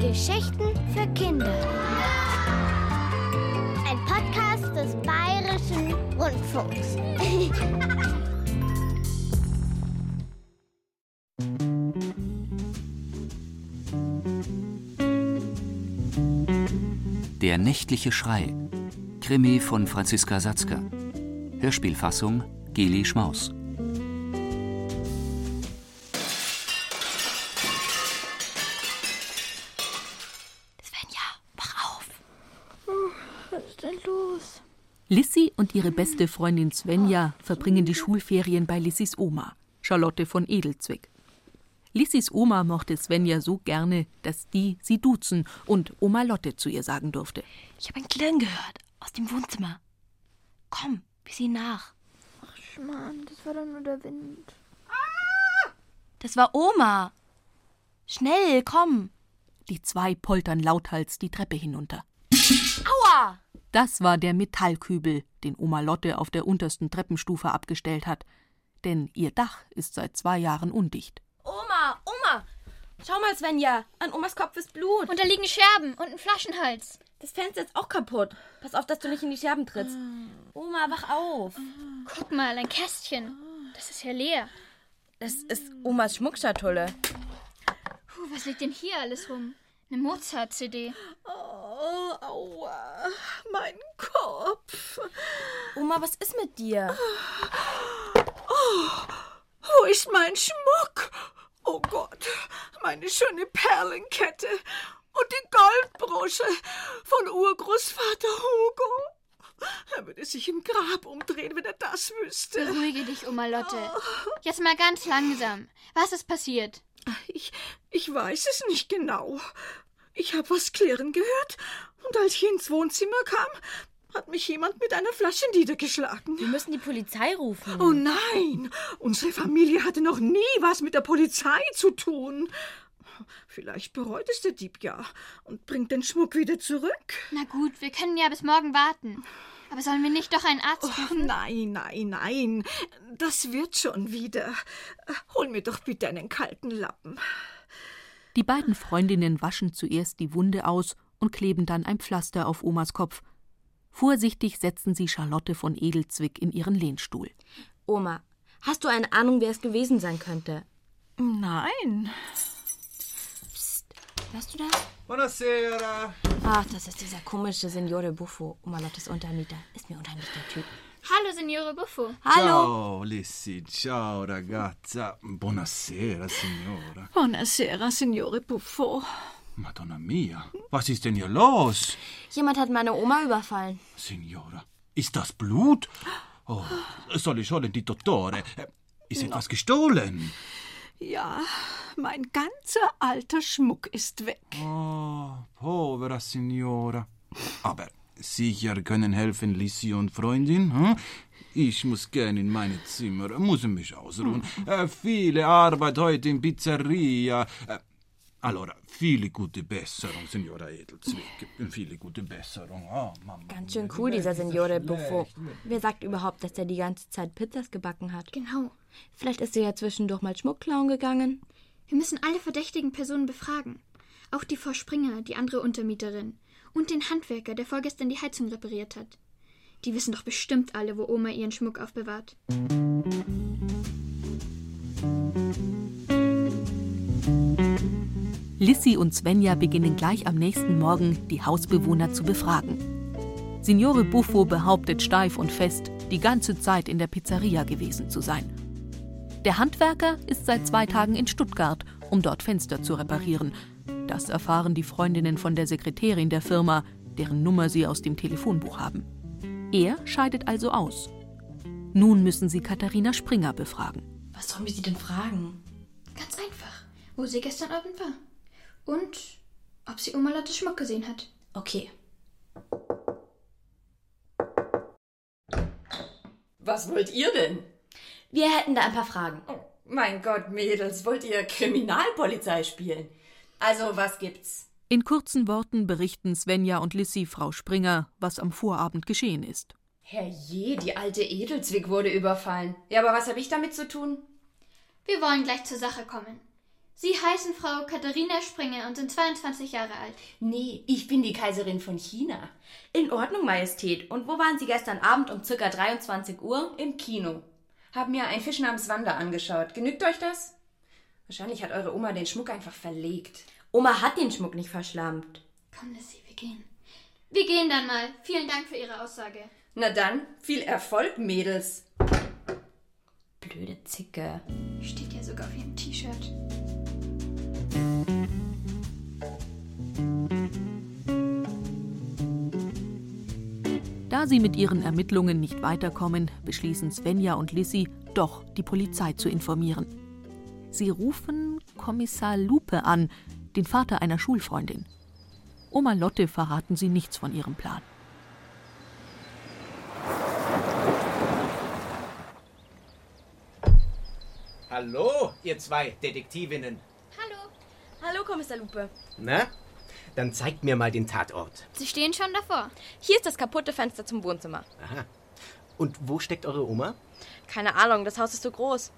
Geschichten für Kinder. Ein Podcast des Bayerischen Rundfunks. Der nächtliche Schrei. Krimi von Franziska Satzka. Hörspielfassung Geli Schmaus. Was ist denn los? Lissy und ihre beste Freundin Svenja verbringen die Schulferien bei Lissys Oma, Charlotte von Edelzwick. Lissys Oma mochte Svenja so gerne, dass die sie duzen und Oma Lotte zu ihr sagen durfte. Ich habe ein Klirren gehört aus dem Wohnzimmer. Komm, wir sehen nach. Ach Schmarrn, das war doch nur der Wind. Das war Oma. Schnell, komm. Die zwei poltern lauthals die Treppe hinunter. Aua! Das war der Metallkübel, den Oma Lotte auf der untersten Treppenstufe abgestellt hat. Denn ihr Dach ist seit zwei Jahren undicht. Oma, Oma! Schau mal, Svenja, an Omas Kopf ist Blut. Und da liegen Scherben und ein Flaschenhals. Das Fenster ist auch kaputt. Pass auf, dass du nicht in die Scherben trittst. Ah. Oma, wach auf. Guck mal, ein Kästchen. Das ist ja leer. Das ist Omas Schmuckschatulle. Puh, Oh, was liegt denn hier alles rum? Eine Mozart-CD. Oh, aua, mein Kopf. Oma, was ist mit dir? Oh, wo ist mein Schmuck? Oh Gott, meine schöne Perlenkette und die Goldbrosche von Urgroßvater Hugo. Er würde sich im Grab umdrehen, wenn er das wüsste. Beruhige dich, Oma Lotte. Jetzt mal ganz langsam. Was ist passiert? Ich, ich weiß es nicht genau. Ich habe was klirren gehört und als ich ins Wohnzimmer kam, hat mich jemand mit einer Flasche niedergeschlagen. Wir müssen die Polizei rufen. Oh nein, unsere Familie hatte noch nie was mit der Polizei zu tun. Vielleicht bereut es der Dieb ja und bringt den Schmuck wieder zurück. Na gut, wir können ja bis morgen warten. Aber sollen wir nicht doch einen Arzt rufen? Oh, nein, nein, nein. Das wird schon wieder. Hol mir doch bitte einen kalten Lappen. Die beiden Freundinnen waschen zuerst die Wunde aus und kleben dann ein Pflaster auf Omas Kopf. Vorsichtig setzen sie Charlotte von Edelzwick in ihren Lehnstuhl. Oma, hast du eine Ahnung, wer es gewesen sein könnte? Nein. Psst, hörst du das? Buonasera. Ach, das ist dieser komische Signore Buffo, Oma Lottes Untermieter. Ist mir unheimlich der Typ. Hallo, Signore Buffo. Hallo. Ciao, Lissy. Ciao, ragazza. Buonasera, Signora. Buonasera, Signore Buffo. Madonna mia, was ist denn hier los? Jemand hat meine Oma überfallen. Signora, ist das Blut? Oh, soll ich holen die Dottore? Ist etwas gestohlen? Ja, mein ganzer alter Schmuck ist weg. Oh, povera Signora. Aber sicher können helfen Lissy und Freundin. Hm? Ich muss gern in meine Zimmer, muss mich ausruhen. Äh, viele Arbeit heute in Pizzeria. Äh, allora, viele gute Besserung, Signora Edelzwick. Viele gute Besserung. Oh, Mama. Ganz schön cool, dieser Signore Buffo. Wer sagt überhaupt, dass er die ganze Zeit Pizzas gebacken hat? Genau. Vielleicht ist er ja zwischendurch mal Schmuck klauen gegangen. Wir müssen alle verdächtigen Personen befragen. Auch die Frau Springer, die andere Untermieterin. Und den Handwerker, der vorgestern die Heizung repariert hat. Die wissen doch bestimmt alle, wo Oma ihren Schmuck aufbewahrt. Lissy und Svenja beginnen gleich am nächsten Morgen, die Hausbewohner zu befragen. Signore Buffo behauptet steif und fest, die ganze Zeit in der Pizzeria gewesen zu sein. Der Handwerker ist seit zwei Tagen in Stuttgart, um dort Fenster zu reparieren. Das erfahren die Freundinnen von der Sekretärin der Firma, deren Nummer sie aus dem Telefonbuch haben. Er scheidet also aus. Nun müssen sie Katharina Springer befragen. Was sollen wir sie denn fragen? Ganz einfach, wo sie gestern Abend war. Und ob sie Oma Lotte Schmuck gesehen hat. Okay. Was wollt ihr denn? Wir hätten da ein paar Fragen. Oh, mein Gott, Mädels, wollt ihr Kriminalpolizei spielen? Also, was gibt's? In kurzen Worten berichten Svenja und Lissy Frau Springer, was am Vorabend geschehen ist. Herrje, die alte Edelzwick wurde überfallen. Ja, aber was habe ich damit zu tun? Wir wollen gleich zur Sache kommen. Sie heißen Frau Katharina Springer und sind 22 Jahre alt. Nee, ich bin die Kaiserin von China. In Ordnung, Majestät. Und wo waren Sie gestern Abend um circa 23 Uhr? Im Kino. Hab mir einen Fisch namens Wanda angeschaut. Genügt euch das? Wahrscheinlich hat eure Oma den Schmuck einfach verlegt. Oma hat den Schmuck nicht verschlampt. Komm, Lissy, wir gehen. Wir gehen dann mal. Vielen Dank für Ihre Aussage. Na dann, viel Erfolg, Mädels. Blöde Zicke. Steht ja sogar auf Ihrem T-Shirt. Da sie mit ihren Ermittlungen nicht weiterkommen, beschließen Svenja und Lissy, doch die Polizei zu informieren. Sie rufen Kommissar Lupe an, den Vater einer Schulfreundin. Oma Lotte verraten sie nichts von ihrem Plan. Hallo, ihr zwei Detektivinnen. Hallo. Hallo, Kommissar Lupe. Na? Dann zeigt mir mal den Tatort. Sie stehen schon davor. Hier ist das kaputte Fenster zum Wohnzimmer. Aha. Und wo steckt eure Oma? Keine Ahnung, das Haus ist so groß.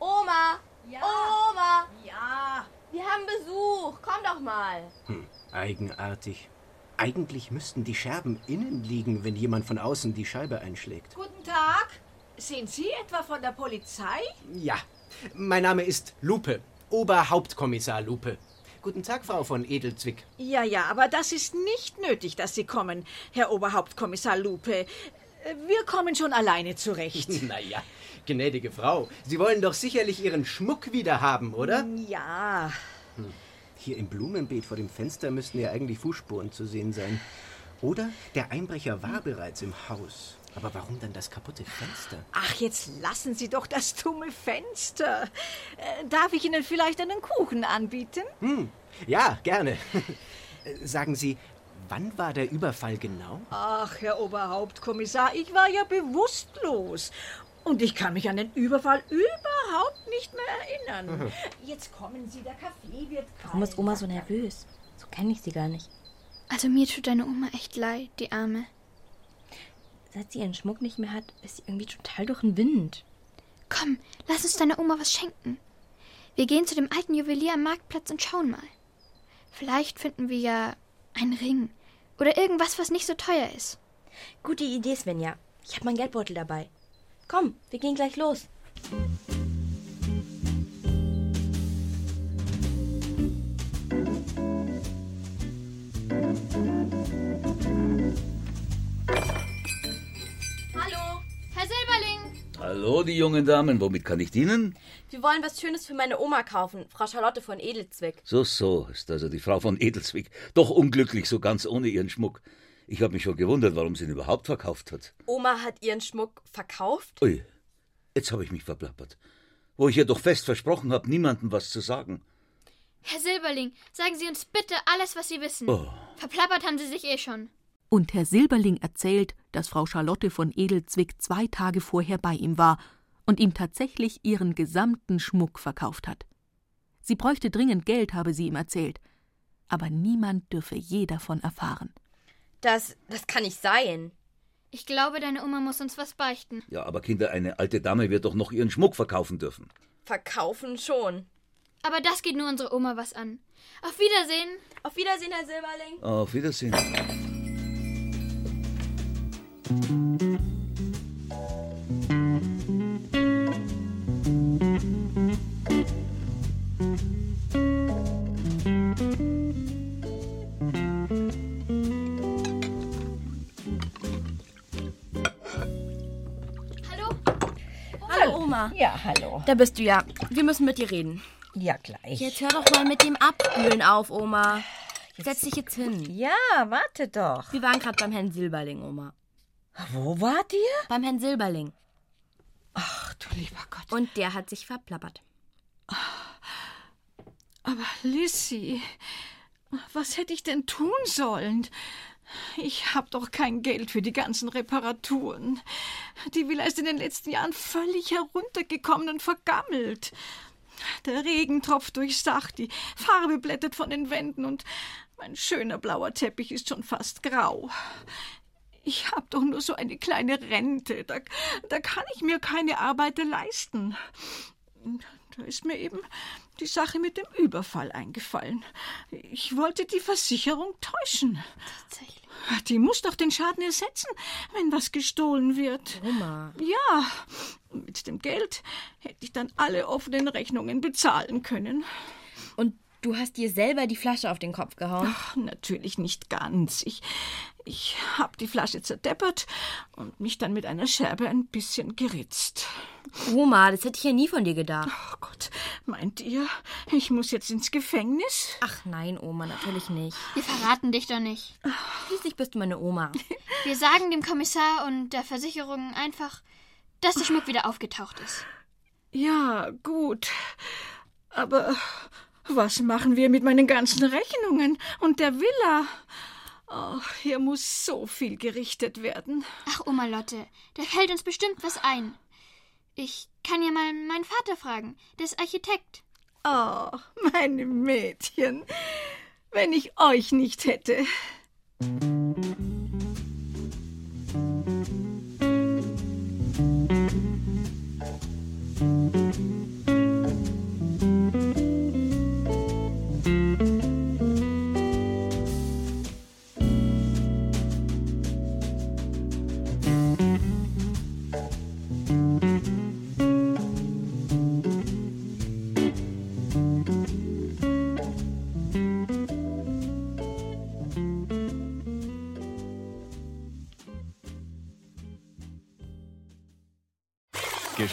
Oma! Oma! Ja, Wir haben Besuch. Komm doch mal. Hm, eigenartig. Eigentlich müssten die Scherben innen liegen, wenn jemand von außen die Scheibe einschlägt. guten Tag. Sind Sie etwa von der Polizei? Ja, mein Name ist Lupe, Oberhauptkommissar Lupe. Guten Tag, Frau von Edelzwick. Ja, ja, aber das ist nicht nötig, dass Sie kommen, Herr Oberhauptkommissar Lupe. Wir kommen schon alleine zurecht. Naja, gnädige Frau, Sie wollen doch sicherlich Ihren Schmuck wieder haben, oder? Ja, Hier im Blumenbeet vor dem Fenster müssten ja eigentlich Fußspuren zu sehen sein. Oder der Einbrecher war bereits im Haus. Aber warum dann das kaputte Fenster? ach, jetzt lassen Sie doch das dumme Fenster. Äh, Darf ich Ihnen vielleicht einen Kuchen anbieten? Ja, gerne. Äh, Sagen Sie, wann war der Überfall genau? Ach, Herr Oberhauptkommissar, ich war ja bewusstlos. Und ich kann mich an den Überfall überhaupt nicht mehr erinnern. Jetzt kommen Sie, der Kaffee wird kalt. Warum ist Oma so nervös? So kenne ich sie gar nicht. Also mir tut deine Oma echt leid, die Arme. Seit sie ihren Schmuck nicht mehr hat, ist sie irgendwie total durch den Wind. Komm, lass uns deiner Oma was schenken. Wir gehen zu dem alten Juwelier am Marktplatz und schauen mal. Vielleicht finden wir ja einen Ring oder irgendwas, was nicht so teuer ist. Gute Idee, Svenja. Ich habe meinen Geldbeutel dabei. Komm, wir gehen gleich los. Hallo, Herr Silberling! Hallo, die jungen Damen, womit kann ich dienen? wir wollen was Schönes für meine Oma kaufen, Frau Charlotte von Edelzwick. So, so, ist also die Frau von Edelzwick. Doch unglücklich, so ganz ohne ihren Schmuck. Ich habe mich schon gewundert, warum sie ihn überhaupt verkauft hat. Oma hat ihren Schmuck verkauft? Ui, jetzt habe ich mich verplappert. Wo ich ihr doch fest versprochen habe, niemandem was zu sagen. Herr Silberling, sagen Sie uns bitte alles, was Sie wissen. Oh. Verplappert haben Sie sich eh schon. Und Herr Silberling erzählt, dass Frau Charlotte von Edelzwick zwei Tage vorher bei ihm war und ihm tatsächlich ihren gesamten Schmuck verkauft hat. Sie bräuchte dringend Geld, habe sie ihm erzählt. Aber niemand dürfe je davon erfahren. Das, das kann nicht sein. Ich glaube, deine Oma muss uns was beichten. Ja, aber Kinder, eine alte Dame wird doch noch ihren Schmuck verkaufen dürfen. Verkaufen schon. Aber das geht nur unsere Oma was an. Auf Wiedersehen. Auf Wiedersehen, Herr Silberling. Auf Wiedersehen. Hallo? Hallo, Oma. Ja, hallo. Da bist du ja. Wir müssen mit dir reden. Ja, gleich. Jetzt hör doch mal mit dem Abwühlen auf, Oma. Setz dich jetzt hin. Ja, warte doch. Wir waren gerade beim Herrn Silberling, Oma. Wo wart ihr? Beim Herrn Silberling. Ach du lieber Gott. Und der hat sich verplappert. Aber Lissy, was hätte ich denn tun sollen? Ich habe doch kein Geld für die ganzen Reparaturen. Die Villa ist in den letzten Jahren völlig heruntergekommen und vergammelt. Der Regen tropft durchs Dach, die Farbe blättert von den Wänden und mein schöner blauer Teppich ist schon fast grau. Ich habe doch nur so eine kleine Rente. Da, da kann ich mir keine Arbeiter leisten. Da ist mir eben die Sache mit dem Überfall eingefallen. Ich wollte die Versicherung täuschen. Tatsächlich. Die muss doch den Schaden ersetzen, wenn was gestohlen wird. Oma. Ja, mit dem Geld hätte ich dann alle offenen Rechnungen bezahlen können. Und du hast dir selber die Flasche auf den Kopf gehauen? Ach, natürlich nicht ganz. Ich, ich habe die Flasche zerdeppert und mich dann mit einer Scherbe ein bisschen geritzt. Oma, das hätte ich ja nie von dir gedacht. Oh Gott, meint ihr, ich muss jetzt ins Gefängnis? Ach nein, Oma, natürlich nicht. Wir verraten dich doch nicht. Schließlich bist du meine Oma. Wir sagen dem Kommissar und der Versicherung einfach, dass der Schmuck wieder aufgetaucht ist. Ja, gut. Aber was machen wir mit meinen ganzen Rechnungen und der Villa? Oh, hier muss so viel gerichtet werden. Ach, Oma Lotte, da fällt uns bestimmt was ein. Ich kann ja mal meinen Vater fragen, der ist Architekt. Oh, meine Mädchen, wenn ich euch nicht hätte.